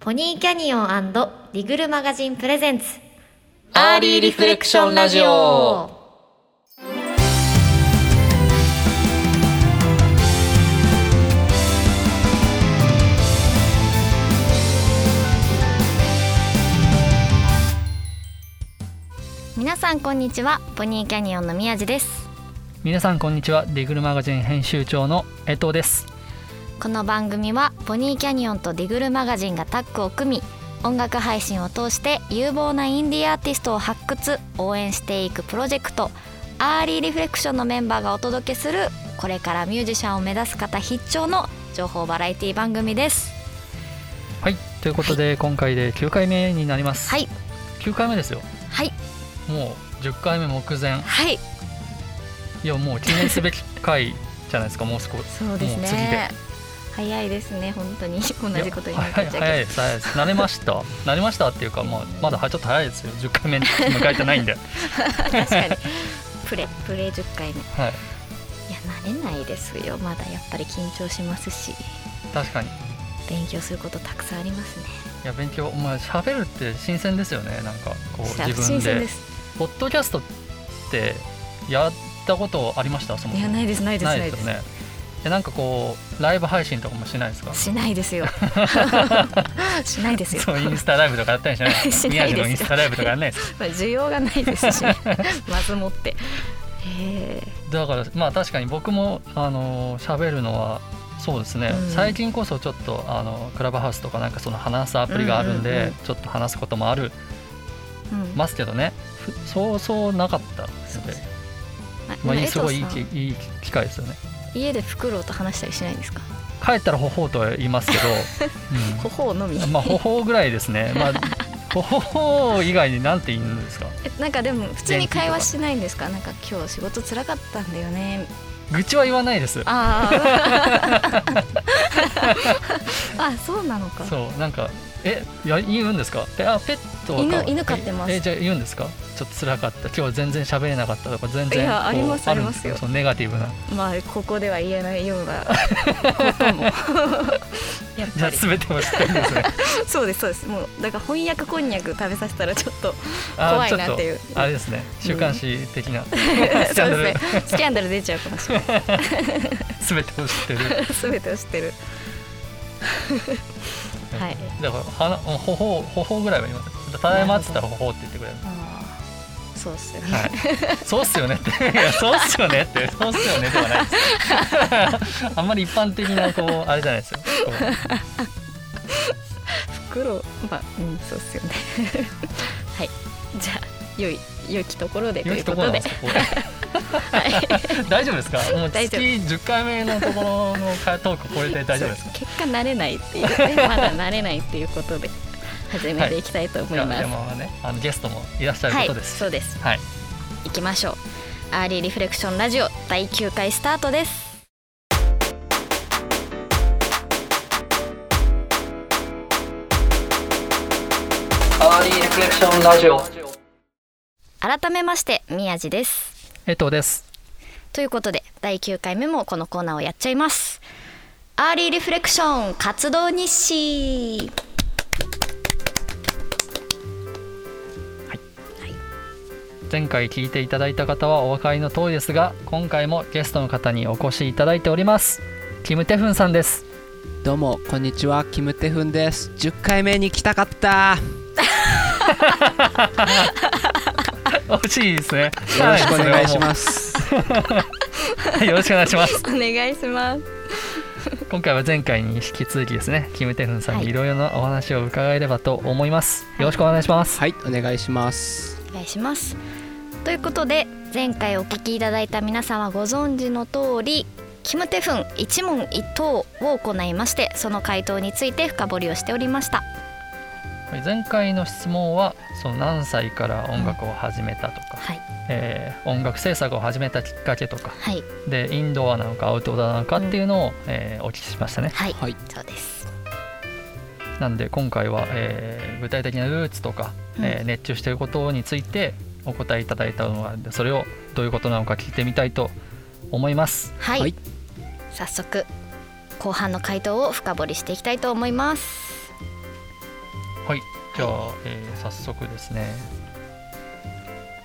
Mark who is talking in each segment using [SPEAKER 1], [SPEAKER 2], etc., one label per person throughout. [SPEAKER 1] ポニーキャニオンリグルマガジンプレゼンツ
[SPEAKER 2] アーリーリフレクションラジオ
[SPEAKER 1] 皆さんこんにちはポニーキャニオンの宮地です
[SPEAKER 3] 皆さんこんにちはリグルマガジン編集長の江藤です
[SPEAKER 1] この番組はポニーキャニオンとディグルマガジンがタッグを組み音楽配信を通して有望なインディーアーティストを発掘応援していくプロジェクトアーリーリフレクションのメンバーがお届けするこれからミュージシャンを目指す方必聴の情報バラエティ番組です
[SPEAKER 3] はいということで、今回で9回目になります、
[SPEAKER 1] はい
[SPEAKER 3] 9回目ですよ
[SPEAKER 1] はい
[SPEAKER 3] もう10回目目前
[SPEAKER 1] はい
[SPEAKER 3] いやもう記念すべき回じゃないですかもう少し
[SPEAKER 1] そうです
[SPEAKER 3] もう次
[SPEAKER 1] ね
[SPEAKER 3] で
[SPEAKER 1] 早いですね本当に 同じことになっちゃ
[SPEAKER 3] は
[SPEAKER 1] う
[SPEAKER 3] い
[SPEAKER 1] けど、
[SPEAKER 3] 早いです早いです慣れました 慣れましたっていうかもうまだはちょっと早いですよ10回目に迎え てないんではい
[SPEAKER 1] 確かにプレプレ10回目いや慣れないですよまだやっぱり緊張しますし
[SPEAKER 3] 確かにい
[SPEAKER 1] 勉強することたくさんありますね
[SPEAKER 3] や勉強まあ喋るって新鮮ですよねなんかこう自分
[SPEAKER 1] 新鮮で
[SPEAKER 3] ですポッドキャストってやったことありましたそも
[SPEAKER 1] い
[SPEAKER 3] そ
[SPEAKER 1] や
[SPEAKER 3] も
[SPEAKER 1] ないですないです
[SPEAKER 3] ないですよねえなんかこうライブ配信とかもしないですか
[SPEAKER 1] しないです よしないですよ
[SPEAKER 3] そうインスタライブとかやったりしない
[SPEAKER 1] しな
[SPEAKER 3] 宮
[SPEAKER 1] いです
[SPEAKER 3] 地のインスタライブとかやんないです
[SPEAKER 1] まあ需要がないです しまずもってへ
[SPEAKER 3] だからまあ確かに僕もあのー喋るのはそうですね、
[SPEAKER 1] うん
[SPEAKER 3] 最近こそちょっとあのクラブハウスとかなんかその話すアプリがあるんで、
[SPEAKER 1] うんうんうん
[SPEAKER 3] ちょっと話すこともある
[SPEAKER 1] え、うん
[SPEAKER 3] ますけどねふそうそうなかったのでまあいいすごいいいき
[SPEAKER 1] 江藤
[SPEAKER 3] いい機会ですよね
[SPEAKER 1] さん家でフクロウと話したりしないですか
[SPEAKER 3] 帰ったらほほうとは言いますけど、 うん
[SPEAKER 1] 頬のみ、
[SPEAKER 3] まあ、ほほうぐらいで すね。まあ、ほほう以外になんて言うんですか。
[SPEAKER 1] えなんかでも普通に会話しないんですかなんか今日仕事辛かったんだよ ね
[SPEAKER 3] 愚痴は言わないです。
[SPEAKER 1] あ ああそうなのか
[SPEAKER 3] そう、なんか、え、いや、言うんですか。え、あ、ペットは
[SPEAKER 1] 犬犬飼ってます
[SPEAKER 3] え、えじゃ、あ言うんですか。ちょっと辛かった。今日は全然喋れなかったとか、全然。
[SPEAKER 1] いやあります
[SPEAKER 3] こう
[SPEAKER 1] ありますよ
[SPEAKER 3] るんでそのネガティブな。
[SPEAKER 1] まあここでは言えないようなこと もやっ
[SPEAKER 3] じゃ
[SPEAKER 1] ぱ
[SPEAKER 3] あ、
[SPEAKER 1] り
[SPEAKER 3] すべてを知ってるんで すね。
[SPEAKER 1] そうですそうですもうだから翻訳こんにゃく食べさせたらちょっと
[SPEAKER 3] あ
[SPEAKER 1] 怖い
[SPEAKER 3] ちょ
[SPEAKER 1] なっていう
[SPEAKER 3] っとあれですね。週刊誌的 な。スキ
[SPEAKER 1] そう
[SPEAKER 3] ャンダ
[SPEAKER 1] で
[SPEAKER 3] ル。
[SPEAKER 1] すねスキャンダル出ちゃうかもしれ ない
[SPEAKER 3] すべてを知ってる。
[SPEAKER 1] 全てを知ってるはい。
[SPEAKER 3] だから、はな、ほほう、ほほうぐらいは言います。ただいまって言ったら、ほほうって言ってくれる。
[SPEAKER 1] ああそうっすよね、
[SPEAKER 3] はい、そうっすよねって、 いや、そうっすよねって、そうっすよねではないです。あんまり一般的な、こう、あれじゃないですよ。こう
[SPEAKER 1] 黒まあうんそうっすよ ねはいじゃあ良い良きところでと
[SPEAKER 3] 良
[SPEAKER 1] い
[SPEAKER 3] いうと
[SPEAKER 1] こ
[SPEAKER 3] ころ
[SPEAKER 1] と
[SPEAKER 3] なん
[SPEAKER 1] で
[SPEAKER 3] ですか、これ。大丈夫ですか。もう
[SPEAKER 1] 大
[SPEAKER 3] 月
[SPEAKER 1] 丈夫
[SPEAKER 3] 10回目のところのかトークを超えて大丈夫ですか。
[SPEAKER 1] 結果慣れないっていうねまだ慣れないっていうことで始めていきたいと思い
[SPEAKER 3] いや
[SPEAKER 1] ます、
[SPEAKER 3] でもね、あのゲストもいらっしゃる
[SPEAKER 1] は
[SPEAKER 3] こ
[SPEAKER 1] い
[SPEAKER 3] とです。
[SPEAKER 1] そうです
[SPEAKER 3] はい。
[SPEAKER 1] 行きましょうアーリーリフレクションラジオ第9回スタートです
[SPEAKER 3] アーリーレクレクションラジオ。
[SPEAKER 1] 改めまして宮地です
[SPEAKER 3] えっとです。
[SPEAKER 1] ということで第9回目もこのコーナーをやっちゃいますアーリーリフレクション活動日誌
[SPEAKER 3] 前回聞いていただいた方はお分かりの通りですが、今回もゲストの方にお越しいただいております。キムテフンさんです。
[SPEAKER 2] どうもこんにちはキムテフンです10回目に来たかった
[SPEAKER 3] 惜しいですね。よろ
[SPEAKER 2] よろしくお願いします
[SPEAKER 3] す。よろしくお願いします。
[SPEAKER 1] お願いします
[SPEAKER 3] 今回は前回に引き続きですね、キムテフンさん
[SPEAKER 1] は
[SPEAKER 3] に
[SPEAKER 1] い
[SPEAKER 3] いろいろなお話を伺えればと思います。よろしくお願いします。
[SPEAKER 2] はいお願いします
[SPEAKER 1] お願いしますということで前回お聞きいただいた皆さんはご存知の通りキムテフン一問一答を行いましてその回答について深掘りをしておりました
[SPEAKER 3] 前回の質問は、その何歳から音楽を始めたとか、
[SPEAKER 1] はい
[SPEAKER 3] えー音楽制作を始めたきっかけとか、
[SPEAKER 1] はい
[SPEAKER 3] でインドアなのかアウトドアなのかっていうのを、えーお聞きしましたね。
[SPEAKER 1] はい、
[SPEAKER 2] はい
[SPEAKER 1] そうです
[SPEAKER 3] なんで今回は、えー具体的なルーツとか、えー
[SPEAKER 1] う
[SPEAKER 3] 熱中していることについてお答えいただいたのがあるんでそれをどういうことなのか聞いてみたいと思います。
[SPEAKER 1] はい、
[SPEAKER 2] はい
[SPEAKER 1] 早速後半の回答を深掘りしていきたいと思います
[SPEAKER 3] はいじゃあ、えー早速ですね、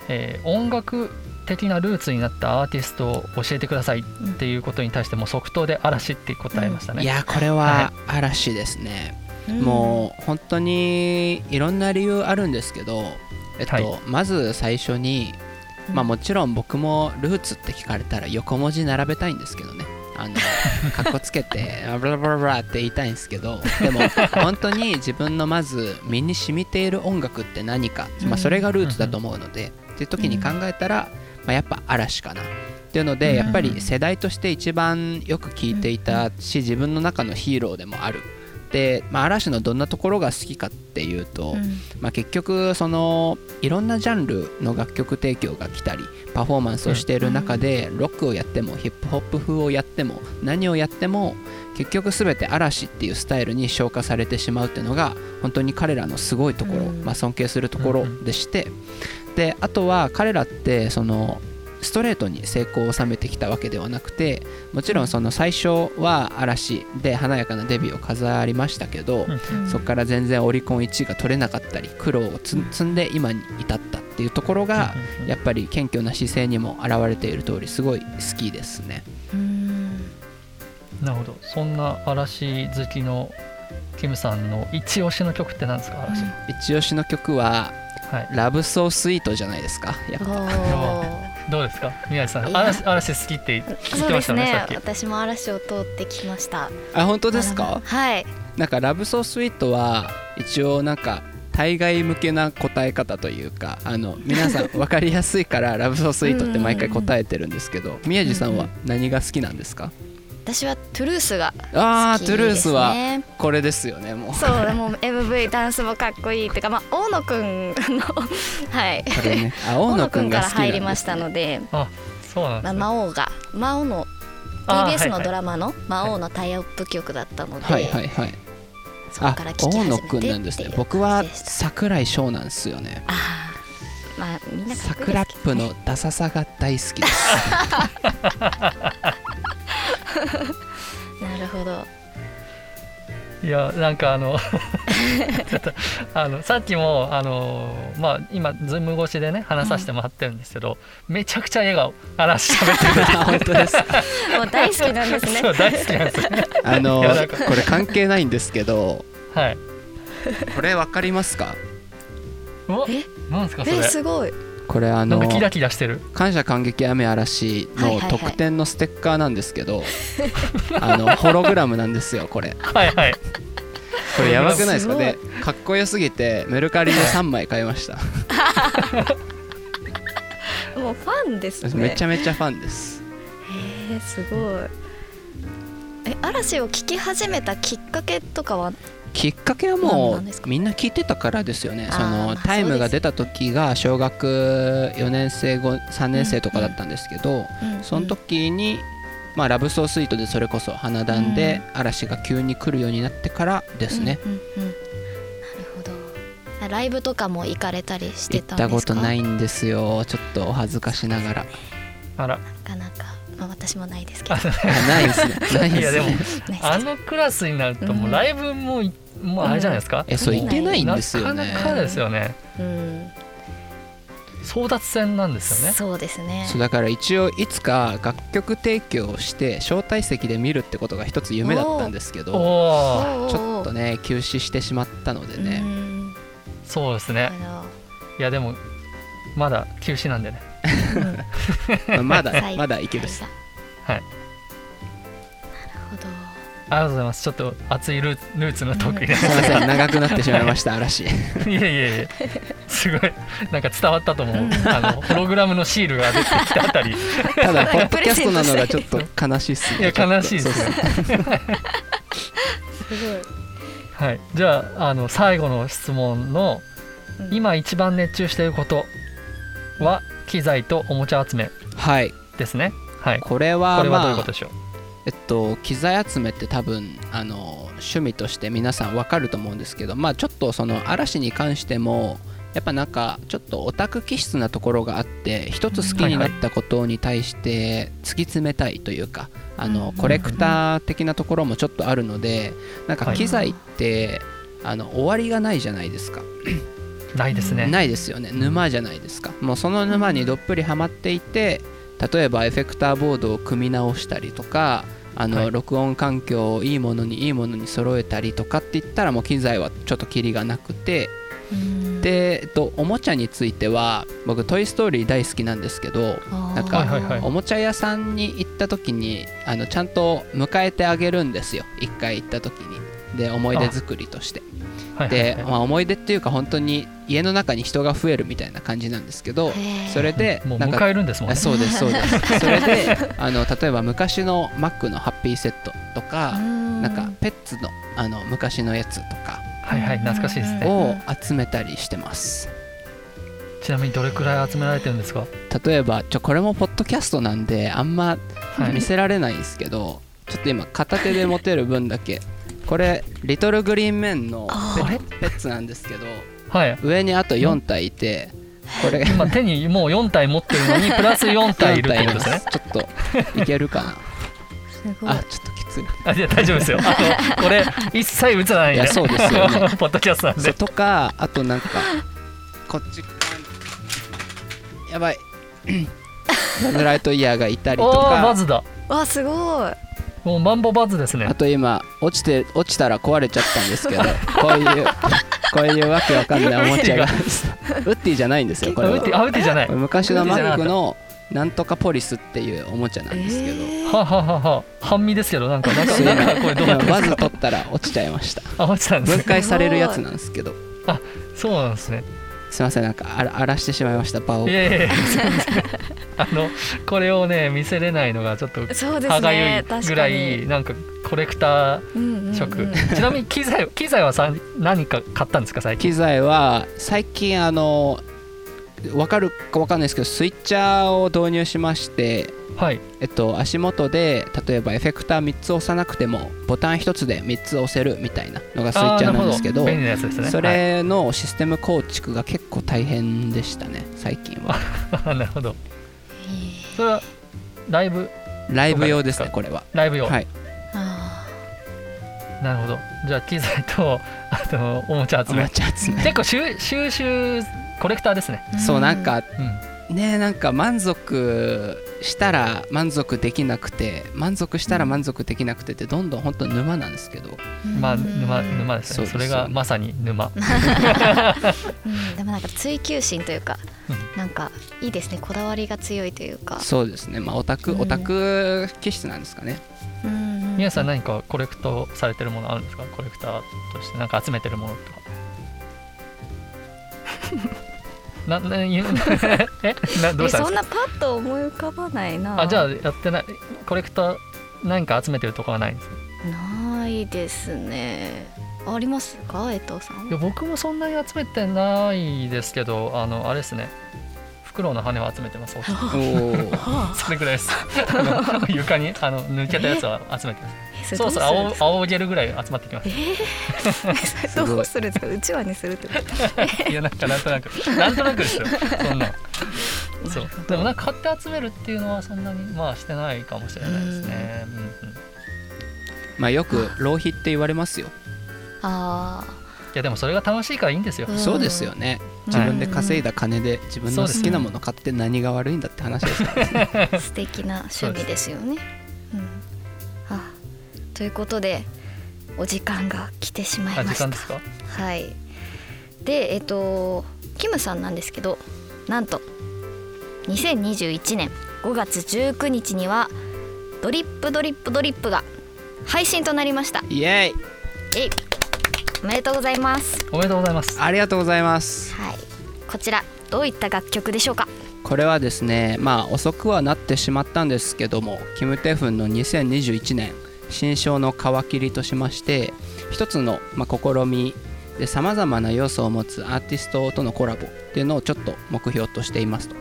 [SPEAKER 3] えー音楽的なルーツになったアーティストを教えてくださいっていうことに対しても即答で嵐って答えましたね、
[SPEAKER 2] いやこれは嵐ですね、もう本当にいろんな理由あるんですけど、えっと
[SPEAKER 3] はい
[SPEAKER 2] まず最初に、
[SPEAKER 1] うん
[SPEAKER 2] まあ、もちろん僕もルーツって聞かれたら横文字並べたいんですけどね あのかっこつけてブラブラブラって言いたいんですけど でも本当に自分のまず身に染みている音楽って何か、まあ、それがルーツだと思うので、っていう時に考えたら、まあ、やっぱ嵐かなっていうので、
[SPEAKER 3] うん
[SPEAKER 2] やっぱり世代として一番よく聞いていたし自分の中のヒーローでもあるで、まあ、嵐のどんなところが好きかっていうと、
[SPEAKER 1] うん
[SPEAKER 2] まあ、結局そのいろんなジャンルの楽曲提供が来たりパフォーマンスをしている中でロックをやってもヒップホップ風をやっても何をやっても結局全て嵐っていうスタイルに消化されてしまうっていうのが本当に彼らのすごいところ、
[SPEAKER 1] うん
[SPEAKER 2] まあ、尊敬するところでしてであとは彼らってそのストレートに成功を収めてきたわけではなくてもちろんその最初は嵐で華やかなデビューを飾りましたけど、そこから全然オリコン1位が取れなかったり苦労をつ積んで今に至ったっていうところが
[SPEAKER 3] うん
[SPEAKER 2] やっぱり謙虚な姿勢にも表れている通りすごい好きですね
[SPEAKER 1] うん
[SPEAKER 3] なるほどそんな嵐好きのキムさんの一押しの曲って何ですか
[SPEAKER 1] う
[SPEAKER 3] 嵐、
[SPEAKER 1] ん
[SPEAKER 2] 一押しの曲は
[SPEAKER 3] はい
[SPEAKER 2] 「ラブソースイート」じゃないですかやっ
[SPEAKER 1] お
[SPEAKER 2] ぱ
[SPEAKER 1] ー
[SPEAKER 3] どうですか宮地さ
[SPEAKER 1] い
[SPEAKER 3] ん
[SPEAKER 1] や
[SPEAKER 3] 嵐嵐好きって聞い
[SPEAKER 1] そう
[SPEAKER 3] てま
[SPEAKER 1] で
[SPEAKER 3] した
[SPEAKER 1] す
[SPEAKER 3] よね
[SPEAKER 1] ね
[SPEAKER 3] さっき
[SPEAKER 1] 私も嵐を通ってきました
[SPEAKER 2] あ本当ですか
[SPEAKER 1] はい
[SPEAKER 2] なんか「ラブソースイート」は一応なんか対外向けな答え方というかあの皆さん分かりやすいから「ラブソースイート」って毎回答えてるんですけど宮地さんは何が好きなんですか
[SPEAKER 1] 私はトゥルースが好きです、ね、
[SPEAKER 2] ああトゥルースはこれですよねもう
[SPEAKER 1] そうもう MV ダンスもかっこいいっていうかまあ大野くんのはい
[SPEAKER 2] これね、あ 大
[SPEAKER 1] 大
[SPEAKER 2] 野
[SPEAKER 1] 野
[SPEAKER 2] く
[SPEAKER 1] く
[SPEAKER 2] ん
[SPEAKER 1] ん
[SPEAKER 2] が
[SPEAKER 1] か
[SPEAKER 2] 好
[SPEAKER 1] ら
[SPEAKER 2] きなんですね
[SPEAKER 1] 入りましたので、
[SPEAKER 3] そうな
[SPEAKER 1] ま
[SPEAKER 3] んで
[SPEAKER 1] すあ、
[SPEAKER 3] ね
[SPEAKER 1] 魔王が魔王の
[SPEAKER 3] あー
[SPEAKER 1] TBS
[SPEAKER 3] はいは
[SPEAKER 1] の
[SPEAKER 3] い
[SPEAKER 1] ドラマの魔王のタイアップ曲だったので、
[SPEAKER 2] はいはいはい。
[SPEAKER 1] そこ
[SPEAKER 2] あ
[SPEAKER 1] から聞、き
[SPEAKER 2] 大
[SPEAKER 1] 始め
[SPEAKER 2] 野
[SPEAKER 1] て
[SPEAKER 2] くんなんですね。僕は桜井翔なんですよね。
[SPEAKER 1] ああまあみんなかっこいいで
[SPEAKER 2] 桜っ
[SPEAKER 1] すけ
[SPEAKER 2] ぷ
[SPEAKER 1] どね
[SPEAKER 2] のダサさが大好きです。
[SPEAKER 1] なるほど
[SPEAKER 3] いやなんかあのちょっとあのさっきもあのまあ今ズーム越しでね話させてもらってるんですけど、めちゃくちゃ笑顔嵐喋ってる
[SPEAKER 2] 本当です。
[SPEAKER 1] もう大好きなんです
[SPEAKER 3] そう
[SPEAKER 1] ね
[SPEAKER 3] 大好きなんですよ
[SPEAKER 2] あの
[SPEAKER 3] いやなんか
[SPEAKER 2] これ関係ないんですけど、
[SPEAKER 3] はい
[SPEAKER 2] これわかりますか？
[SPEAKER 3] うわ
[SPEAKER 1] え
[SPEAKER 3] なんですかそ
[SPEAKER 1] え
[SPEAKER 3] れ
[SPEAKER 1] すごい
[SPEAKER 2] これあ
[SPEAKER 3] なん
[SPEAKER 2] の
[SPEAKER 3] かキラキラしてる
[SPEAKER 2] 感謝感激雨嵐
[SPEAKER 1] はいは
[SPEAKER 2] の
[SPEAKER 1] いはい
[SPEAKER 2] 特典のステッカーなんですけ ど、あのホログラムなんですよこれ。
[SPEAKER 3] はいはい
[SPEAKER 2] これやばくないですか
[SPEAKER 1] すごい
[SPEAKER 2] でかっこよすぎてメルカリで3枚買いました。
[SPEAKER 1] もうファン ですね
[SPEAKER 2] めちゃめちゃファンです。
[SPEAKER 1] えー、すごいえ嵐を聴き始めたきっかけとかは
[SPEAKER 2] きっかけは
[SPEAKER 1] 何
[SPEAKER 2] も
[SPEAKER 1] なんです
[SPEAKER 2] う
[SPEAKER 1] か
[SPEAKER 2] みんな聞いてたからですよね
[SPEAKER 1] あー
[SPEAKER 2] そ
[SPEAKER 1] まあ
[SPEAKER 2] の
[SPEAKER 1] そう
[SPEAKER 2] タイムが出た時が小学4年生3年生とかだったんですけど、その時に、まあ、ラブソースイートでそれこそ花壇で嵐が急に来るようになってからで
[SPEAKER 1] です
[SPEAKER 2] ね、
[SPEAKER 1] うんうんうんなるほどあライブとかも行かれたりして
[SPEAKER 2] 行った
[SPEAKER 1] んですか
[SPEAKER 2] たことないいんですよちょっとお恥ずかしながら
[SPEAKER 3] あら
[SPEAKER 1] なかなか、まあ、私もないですけどない
[SPEAKER 2] あないですねない
[SPEAKER 3] い
[SPEAKER 2] で
[SPEAKER 3] や
[SPEAKER 2] す
[SPEAKER 3] でも
[SPEAKER 2] ね
[SPEAKER 1] です
[SPEAKER 3] あのクラスになるともうライブもい、もうあれじゃないですか、
[SPEAKER 2] えそう
[SPEAKER 1] 行
[SPEAKER 2] 行
[SPEAKER 1] っ
[SPEAKER 2] ってて
[SPEAKER 1] な
[SPEAKER 2] ないいんですよね
[SPEAKER 3] なかなかですよね
[SPEAKER 1] うん
[SPEAKER 3] 争奪戦なんですよね
[SPEAKER 1] そうですね
[SPEAKER 2] そうだから一応いつか楽曲提供をして招待席で見るってことが一つ夢だったんですけ
[SPEAKER 3] お
[SPEAKER 2] ど
[SPEAKER 3] おー
[SPEAKER 2] ちょっとね休止してしまったのでね、
[SPEAKER 1] うん
[SPEAKER 3] そうです
[SPEAKER 1] あ
[SPEAKER 3] ね
[SPEAKER 1] の
[SPEAKER 3] いやでもまだ休止なんでね
[SPEAKER 1] うん
[SPEAKER 2] ま あま
[SPEAKER 1] は
[SPEAKER 2] だ
[SPEAKER 1] い
[SPEAKER 2] まだいける
[SPEAKER 1] はい
[SPEAKER 3] は
[SPEAKER 1] な
[SPEAKER 3] い
[SPEAKER 1] るほど
[SPEAKER 3] ありがとうございますちょっと熱いルールーツのトークになり
[SPEAKER 2] すいません長くなってしまいました
[SPEAKER 3] い
[SPEAKER 2] 嵐
[SPEAKER 3] やいやいや、すごい、なんか伝わったと思う。あのホログラムのシールが出てきたあたり、い
[SPEAKER 2] ただポッドキャストなのがちょっと悲しいっす
[SPEAKER 3] や
[SPEAKER 2] ね
[SPEAKER 3] 悲しいで
[SPEAKER 2] そう
[SPEAKER 3] す
[SPEAKER 2] そう
[SPEAKER 3] ね。はい、じゃあ、あの最後の質問の、
[SPEAKER 1] うん
[SPEAKER 3] 今一番熱中していることは機材とおもちゃ集め
[SPEAKER 2] はい
[SPEAKER 3] ですね。はい、
[SPEAKER 2] これは
[SPEAKER 3] これはどういうこ
[SPEAKER 2] まあ
[SPEAKER 3] とでしょう。
[SPEAKER 2] えっと機材集めって多分あの趣味として皆さんわかると思うんですけどまあちょっとその嵐に関してもやっぱなんかちょっとオタク気質なところがあって一つ好きになったことに対して突き詰めたいというかあ
[SPEAKER 1] う
[SPEAKER 2] の
[SPEAKER 1] ん
[SPEAKER 2] コレクター的なところもちょっとあるのでなんか機材ってあの終わりがないじゃないですか
[SPEAKER 3] ないですね
[SPEAKER 2] ないですよね沼じゃないですかもうその沼にどっぷりはまっていて例えばエフェクターボードを組み直したりとかあの、
[SPEAKER 3] はい
[SPEAKER 2] 録音環境をいいものにいいものに揃えたりとかって言ったらもう機材はちょっとキリがなくて
[SPEAKER 1] うん
[SPEAKER 2] で、えっと、おもちゃについては僕「トイ・ストーリー」大好きなんですけど
[SPEAKER 1] あー
[SPEAKER 2] なんか
[SPEAKER 3] はいはいはい
[SPEAKER 2] おもちゃ屋さんに行った時にあのちゃんと迎えてあげるんですよ一回行った時にで思い出作りとして
[SPEAKER 3] はいはい
[SPEAKER 2] で、
[SPEAKER 3] はい
[SPEAKER 2] まあ、思い出っていうか本当に家の中に人が増えるみたいな感じなんですけど
[SPEAKER 1] へー
[SPEAKER 2] それで
[SPEAKER 3] もう
[SPEAKER 2] なん
[SPEAKER 3] 迎
[SPEAKER 2] か
[SPEAKER 3] えるんですもん
[SPEAKER 2] あ
[SPEAKER 3] ね
[SPEAKER 2] そうですそうですそれであの例えば昔のマックのハッピーセットと
[SPEAKER 1] う
[SPEAKER 2] か
[SPEAKER 1] ん
[SPEAKER 2] なんかペッツのあの昔のやつとか
[SPEAKER 3] はいはい懐かしいですね
[SPEAKER 2] を集めたりしてます
[SPEAKER 3] ちなみにどれくらい集められてるんですか
[SPEAKER 2] 例えばちょこれもポッドキャストなんであんま
[SPEAKER 3] はい
[SPEAKER 2] 見せられないんですけどちょっと今片手で持てる分だけこれリトルグリーンメンのペ
[SPEAKER 3] あれ
[SPEAKER 2] ペッツなんですけど
[SPEAKER 3] はい
[SPEAKER 2] 上にあと4体いてこれ
[SPEAKER 3] 今手にもう4体持ってるのにプラス4体いるってことですね
[SPEAKER 2] ちょっといけ るか
[SPEAKER 1] すごい
[SPEAKER 2] なあちょっときつい
[SPEAKER 3] あいや大丈夫ですよあのこれ一切映らないん
[SPEAKER 2] いやそうですよね
[SPEAKER 3] ポッドキャストなん
[SPEAKER 2] そう
[SPEAKER 3] で
[SPEAKER 2] とかあとなんかこっち やばいバズライトイヤーがいたり
[SPEAKER 3] お
[SPEAKER 2] と
[SPEAKER 3] おーバ
[SPEAKER 2] か
[SPEAKER 3] ズだ
[SPEAKER 1] わすごい
[SPEAKER 3] もうマンボバズですね
[SPEAKER 2] あと今落ちて落ちたら壊れちゃったんです けどこういうこういうわけわかんないおもちゃがウ
[SPEAKER 3] ウ
[SPEAKER 2] ッディじゃないんですよこ
[SPEAKER 3] あ
[SPEAKER 2] れ
[SPEAKER 3] ウ
[SPEAKER 2] は
[SPEAKER 3] ッディあウッディじゃない
[SPEAKER 2] こ
[SPEAKER 3] は
[SPEAKER 2] れ昔のマックのなんとかポリスっていうおもちゃなんですけど、
[SPEAKER 1] えー
[SPEAKER 3] ははは半身ですけどなんかなんか
[SPEAKER 2] そういうの
[SPEAKER 3] なんかこれどうなってるん
[SPEAKER 2] バ
[SPEAKER 3] です
[SPEAKER 2] ズ
[SPEAKER 3] か
[SPEAKER 2] 取ったら落ちちゃいました
[SPEAKER 3] あ落ちたんです
[SPEAKER 2] 分
[SPEAKER 3] ね
[SPEAKER 2] 解されるやつなんですけど
[SPEAKER 3] そうなんですね
[SPEAKER 2] すいませんなんか荒らしてしまいました場を
[SPEAKER 3] いやいやいや全然あのこれをね見せれないのがちょっと
[SPEAKER 1] そうです
[SPEAKER 3] 歯がゆ
[SPEAKER 1] ね
[SPEAKER 3] い
[SPEAKER 1] 確かに
[SPEAKER 3] ぐらいなんかコレクター
[SPEAKER 1] うんうんうん
[SPEAKER 3] 色、ちなみに機材機材はさ何か買ったんですか最近
[SPEAKER 2] 機材は最近あの分かるか分かんないですけどスイッチャーを導入しまして
[SPEAKER 3] はい
[SPEAKER 2] えっと、足元で例えばエフェクター3つ押さなくてもボタン1つで3つ押せるみたいなのがスイッチャーなんですけど
[SPEAKER 3] あーなるほ便利なやつですね
[SPEAKER 2] それのシステム構築が結構大変でしたね最近は
[SPEAKER 3] はい なるほど
[SPEAKER 1] へー
[SPEAKER 3] それはライブ
[SPEAKER 2] ライブ用ですねこれは
[SPEAKER 3] ライブ用、
[SPEAKER 2] はい
[SPEAKER 1] あ
[SPEAKER 3] なるほどじゃあ機材と あのおもちゃ
[SPEAKER 2] お
[SPEAKER 3] 集
[SPEAKER 2] も
[SPEAKER 3] め
[SPEAKER 2] ちゃ集め
[SPEAKER 3] 結構収収集コレクターですね、
[SPEAKER 1] ー
[SPEAKER 2] そうなんか
[SPEAKER 3] うん、
[SPEAKER 2] ねなんか満足したら満足できなくて満足したら満足できなくてってどんどん本当沼なんですけど
[SPEAKER 1] うん
[SPEAKER 3] まあ沼沼ですね
[SPEAKER 2] そう
[SPEAKER 3] そ
[SPEAKER 2] で
[SPEAKER 3] れ
[SPEAKER 2] すそう
[SPEAKER 3] が
[SPEAKER 2] です
[SPEAKER 3] まさに 沼
[SPEAKER 1] うんでもなんか追求心というか、なんかいいですねこだわりが強いというか
[SPEAKER 2] そうですねまあオタク
[SPEAKER 1] うん
[SPEAKER 2] オタク気質なんですかね
[SPEAKER 1] うん
[SPEAKER 3] 皆さん何かコレクトされてるものあるんですかコレクターとして何か集めてるものとか なな えなどう
[SPEAKER 1] え
[SPEAKER 3] したんですか
[SPEAKER 1] そんなパッと思い浮かばないな
[SPEAKER 3] あじゃあやってないコレクター何か集めてるとこはないんですね
[SPEAKER 1] ないですねありますか江藤さん
[SPEAKER 3] いや僕もそんなに集めてないですけどあのあれですねフクロウの羽を集めてます 僕
[SPEAKER 2] おー
[SPEAKER 1] は
[SPEAKER 3] それぐらいです あの床にあの抜けたやつは集めてます
[SPEAKER 1] あ
[SPEAKER 3] そうそう青青ゲルぐらい集まってきます
[SPEAKER 1] それどうするんですかうちわにするってこと
[SPEAKER 3] いやなんかなんとなくなんとなくですよそんな そう
[SPEAKER 1] なるほど
[SPEAKER 3] でもなんか買って集めるっていうのはそんなにまあしてないかもしれないですねうんうん
[SPEAKER 2] まあよく浪費って言われますよ
[SPEAKER 1] あ
[SPEAKER 3] いやでもそれが楽しいからいいんですよ
[SPEAKER 1] うん
[SPEAKER 2] そうですよね
[SPEAKER 1] うん
[SPEAKER 2] 自分で稼いだ金で自分の好きなもの買って何が悪いんだって話ですからね
[SPEAKER 1] あ素敵な趣味ですよねうんあということでお時間が来てしま
[SPEAKER 3] あ
[SPEAKER 1] いま
[SPEAKER 3] 時
[SPEAKER 1] した
[SPEAKER 3] 間ですか
[SPEAKER 1] はい。で、えっとキムさんなんですけど、なんと2021年5月19日にはドリップドリップドリップが配信となりました。
[SPEAKER 2] イエーイ
[SPEAKER 1] えい、おめでとうございます。
[SPEAKER 3] おめでとうございます
[SPEAKER 2] ありがとうございます
[SPEAKER 1] はい。こちらどういった楽曲でしょうか。
[SPEAKER 2] これはですねまあ遅くはなってしまったんですけどもキム・テフンの2021年新章の皮切りとしまして一つの、まあ、試みでさまざまな要素を持つアーティストとのコラボっていうのをちょっと目標としていますと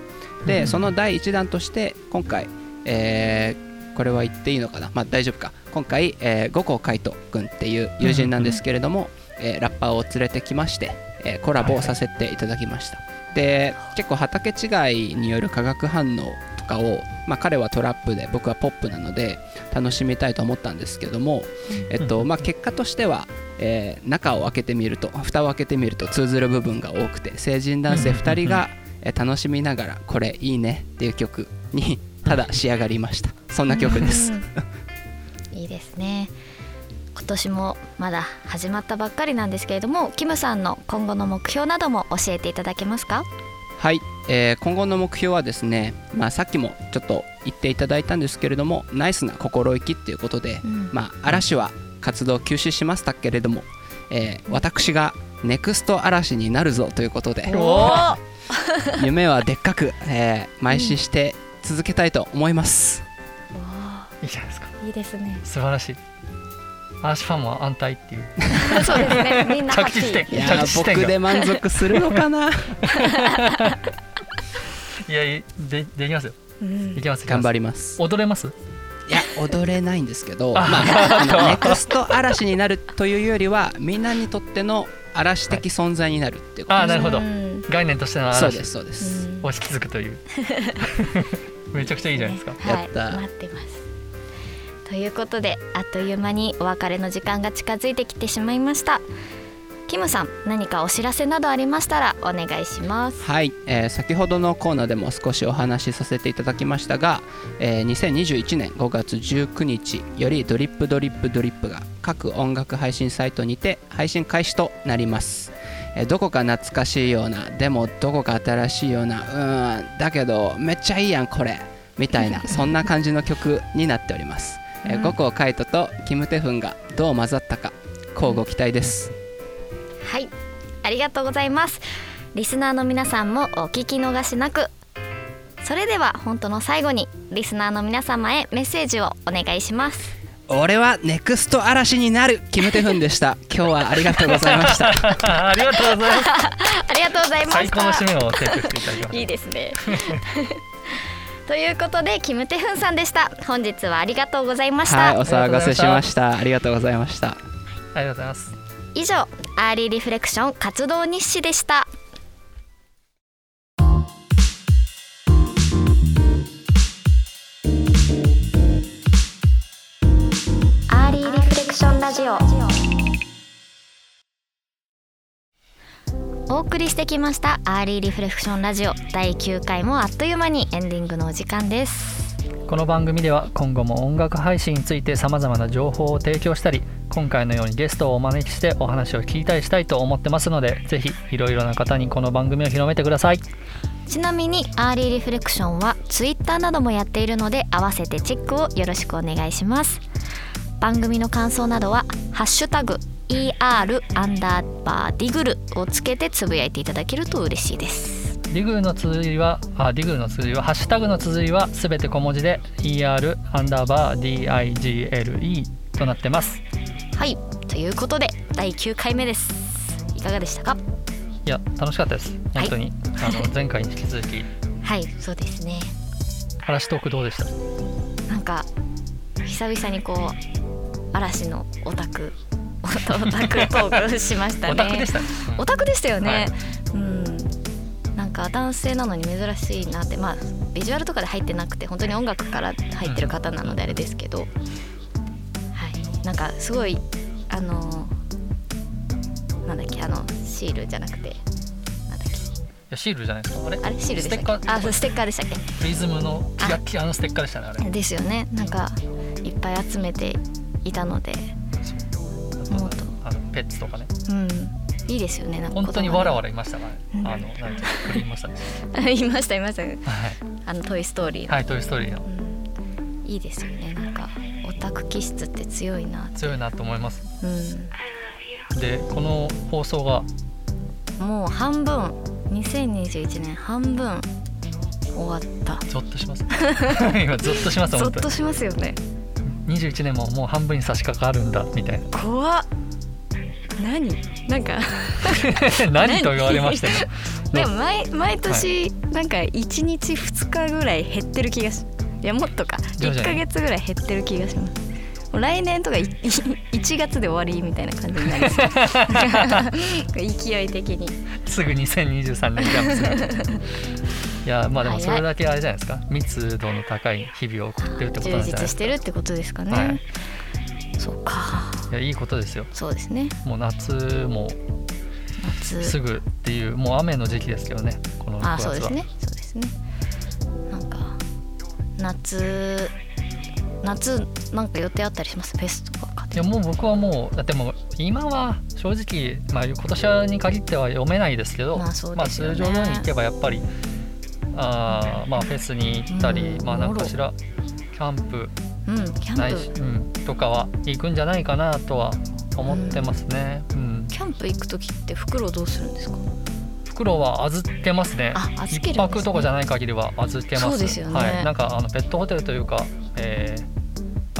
[SPEAKER 3] う
[SPEAKER 2] で
[SPEAKER 3] ん
[SPEAKER 2] その第1弾として今回、えーこれは言っていいのかなまあ大丈夫か今回、えー、五光海斗君っていう友人なんですけれども、えーラッパーを連れてきまして、えーコラボをさせていただきました、で結構畑違いによる化学反応とかを、まあ、彼はトラップで僕はポップなので楽しみたいと思ったんですけども、えっとまあ、結果としては、えー中を開けてみると蓋を開けてみると通ずる部分が多くて成人男性2人がえー楽しみながらこれいいねっていう曲にただ仕上がりましたそんな曲です
[SPEAKER 1] うんいいですね今年もまだ始まったばっかりなんですけれどもキムさんの今後の目標なども教えていただけますか
[SPEAKER 2] はい、えー今後の目標はですね、まあ、さっきもちょっと言っていただいたんですけれどもナイスな心意気っていうことで、
[SPEAKER 1] うん
[SPEAKER 2] まあ、嵐は活動休止しましたけれども、えー私がネクスト嵐になるぞということで
[SPEAKER 3] おー
[SPEAKER 2] 夢はでっかく、えー、邁進して続けたいと思います、
[SPEAKER 3] いいじゃないですか
[SPEAKER 1] いいですね
[SPEAKER 3] 素晴らしい嵐ファンは安泰っていう
[SPEAKER 1] そうですねみんなハッ
[SPEAKER 3] 着
[SPEAKER 1] ピ
[SPEAKER 3] 地
[SPEAKER 1] ー
[SPEAKER 3] 点
[SPEAKER 2] いや
[SPEAKER 3] 着地
[SPEAKER 2] ー
[SPEAKER 3] 地点
[SPEAKER 2] 僕
[SPEAKER 3] が
[SPEAKER 2] で満足するのか な
[SPEAKER 3] いやいでできますよ
[SPEAKER 1] うん
[SPEAKER 3] いきます
[SPEAKER 2] 頑張
[SPEAKER 3] り
[SPEAKER 2] ります
[SPEAKER 3] 踊れます
[SPEAKER 2] いや踊れないんですけど、ま
[SPEAKER 3] あ
[SPEAKER 2] あ、あのネクスト嵐になるというよりはみんなにとっての嵐的存在になるっていうこと
[SPEAKER 3] あーなるほど
[SPEAKER 1] うん
[SPEAKER 3] 概念としての
[SPEAKER 2] そうで
[SPEAKER 3] 嵐
[SPEAKER 2] すそうで
[SPEAKER 1] う
[SPEAKER 2] す、
[SPEAKER 1] ん
[SPEAKER 3] を引き継ぐという めちゃくちゃいいじゃないですか
[SPEAKER 1] はい、
[SPEAKER 2] やった
[SPEAKER 1] 待ってますということであっという間にお別れの時間が近づいてきてしまいましたキムさん何かお知らせなどありましたらお願いします
[SPEAKER 2] はい、えー先ほどのコーナーでも少しお話しさせていただきましたが、えー2021年5月19日よりドリップドリップドリップが各音楽配信サイトにて配信開始となります、えーどこか懐かしいようなでもどこか新しいようなうーんだけどめっちゃいいやんこれみたいなそんな感じの曲になっております、えー、五光海斗とキム・テフンがどう混ざったか乞うご期待です
[SPEAKER 1] はいありがとうございますリスナーの皆さんもお聞き逃しなくそれでは本当の最後にリスナーの皆様へメッセージをお願いします
[SPEAKER 2] 俺はネクスト嵐になるキム・テフンでした今日はありがとうございました
[SPEAKER 3] ありがとうございます
[SPEAKER 1] ありがとうございました
[SPEAKER 3] 最高の締めを提供していただきまし
[SPEAKER 1] いいですね ということでキムテフンさんでした本日はありがとうございました、
[SPEAKER 2] はいお騒がせしましたありがとうございました
[SPEAKER 3] たありがとうございます
[SPEAKER 1] 以上アーリーリフレクション活動日誌でしたアーリーリフレクションラジオお送りしてきましたアーリーリフレクションラジオ第9回もあっという間にエンディングのお時間です
[SPEAKER 3] この番組では今後も音楽配信についてさまざまな情報を提供したり今回のようにゲストをお招きしてお話を聞いたりしたいと思ってますのでぜひいろいろな方にこの番組を広めてください
[SPEAKER 1] ちなみにアーリーリフレクションはツイッターなどもやっているので合わせてチェックをよろしくお願いします番組の感想などはハッシュタグ ER アンダーバーディグルをつけてつぶやいていただけると嬉しいです
[SPEAKER 3] ディグルの綴りはあディグルの綴りはハッシュタグの綴りはすべて小文字で er アンダーバー digle となってます
[SPEAKER 1] はいということで第9回目ですいかがでしたか
[SPEAKER 3] いや楽しかったです
[SPEAKER 1] はい
[SPEAKER 3] 本当に、あ の前回に引き続き
[SPEAKER 1] はいそうですね
[SPEAKER 3] 話トークどうでした
[SPEAKER 1] なんか久々にこう嵐のオタクオタオタクトークしましたね
[SPEAKER 3] オタクでしたね、
[SPEAKER 1] オタクでしたよね、うんなんか男性なのに珍しいなってまあビジュアルとかで入ってなくて本当に音楽から入ってる方なのであれですけど、はいなんかすごいあのなんだっけあのシールじゃなくてなんだっけ
[SPEAKER 3] いやシールじゃないですかあれ
[SPEAKER 1] あれシールでしたっけ
[SPEAKER 3] ステッカー
[SPEAKER 1] あそうステッカーでしたっけ
[SPEAKER 3] リズムのキラッキラのステッカーでしたねあれ
[SPEAKER 1] ですよねなんかいっぱい集めていたのでもっと
[SPEAKER 3] あのペッツとかね
[SPEAKER 1] うんいいですよねなんか
[SPEAKER 3] 本当にわら
[SPEAKER 1] ら
[SPEAKER 3] わらいましたか
[SPEAKER 1] う
[SPEAKER 3] ら、
[SPEAKER 1] ん
[SPEAKER 3] ね、あのなんていうのい ましたね
[SPEAKER 1] いましたいました
[SPEAKER 3] はい
[SPEAKER 1] あの「トイ・ストーリー」の
[SPEAKER 3] はい「トイ・ストーリー」の
[SPEAKER 1] うんいいですよねなんかオタク気質って強いな
[SPEAKER 3] 強いなと思います
[SPEAKER 1] うん
[SPEAKER 3] でこの放送が
[SPEAKER 1] もう半分2021年半分終わった
[SPEAKER 3] ゾッと します今ゾッとします
[SPEAKER 1] ゾ
[SPEAKER 3] 本当
[SPEAKER 1] ッとしますよね
[SPEAKER 3] に21年ももう半分に差し掛かるんだみたい
[SPEAKER 1] 怖っ何なん か
[SPEAKER 3] な 何と言われまして ね
[SPEAKER 1] でも毎毎年なんか1日2日ぐらい減ってる気がしいやもっとか
[SPEAKER 3] 徐々に
[SPEAKER 1] 1ヶ月ぐらい減ってる気がします来年とかい 1月で終わりみたいな感じになりそう 勢い的に
[SPEAKER 3] すぐ2023年キャンプする いやまあでもそれだけあれじゃないですか密度の高い日々を送ってるって
[SPEAKER 1] 充
[SPEAKER 3] ことなんじゃないで
[SPEAKER 1] 実
[SPEAKER 3] す
[SPEAKER 1] し
[SPEAKER 3] か
[SPEAKER 1] てるってことですかね、
[SPEAKER 3] はい
[SPEAKER 1] そうか
[SPEAKER 3] いやいいことですよ
[SPEAKER 1] そうですね
[SPEAKER 3] もう夏も
[SPEAKER 1] 夏
[SPEAKER 3] すぐっていうもう雨の時期ですけどねこの6月は
[SPEAKER 1] あそうですねそうですねなんか夏夏なんか予定あったりしますフェスとかか
[SPEAKER 3] いやもう僕はもうだってもう今は正直、まあ、今年に限っては読めないですけど、
[SPEAKER 1] まあそうですよね
[SPEAKER 3] まあ通常通り行けばやっぱりあーまあフェスに行ったり、
[SPEAKER 1] うん
[SPEAKER 3] まあ何かしらキャンプ
[SPEAKER 1] うんキャ
[SPEAKER 3] な
[SPEAKER 1] ン
[SPEAKER 3] い
[SPEAKER 1] プ
[SPEAKER 3] し、うん、とかは行くんじゃないかなとは思ってますね、うん、
[SPEAKER 1] キャンプ行く時って袋どうするんですか
[SPEAKER 3] 袋は預けますね
[SPEAKER 1] あ預けるんですね
[SPEAKER 3] 一泊とかじゃない限りは預けます
[SPEAKER 1] そうですよね
[SPEAKER 3] はい、なんかあのペットホテルというか、えー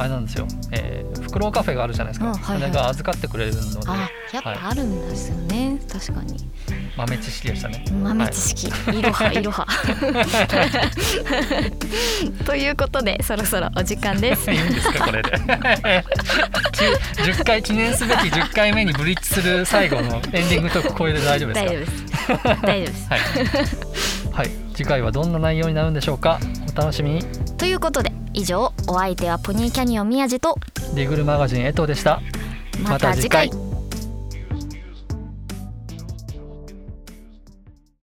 [SPEAKER 3] あれなんですよ、えー、フクロウカフェがあるじゃないですか、
[SPEAKER 1] うんはいはい
[SPEAKER 3] それが預かってくれるので
[SPEAKER 1] あやっぱあるんですよね、確かに
[SPEAKER 3] 豆知識でしたね
[SPEAKER 1] 豆知識、い、ろ はいろはということでそろそろお時間です
[SPEAKER 3] いいんですかこれで 10回記念すべき10回目にブリッジする最後のエンディングトークこれで大丈夫です
[SPEAKER 1] 大
[SPEAKER 3] か
[SPEAKER 1] 丈夫です大丈夫です
[SPEAKER 3] はい、はい、次回はどんな内容になるんでしょうかお楽しみに
[SPEAKER 4] ということで以上お相手はポニーキャニオン宮地と
[SPEAKER 3] ディグルマガジン江藤でした
[SPEAKER 4] また次回
[SPEAKER 3] ま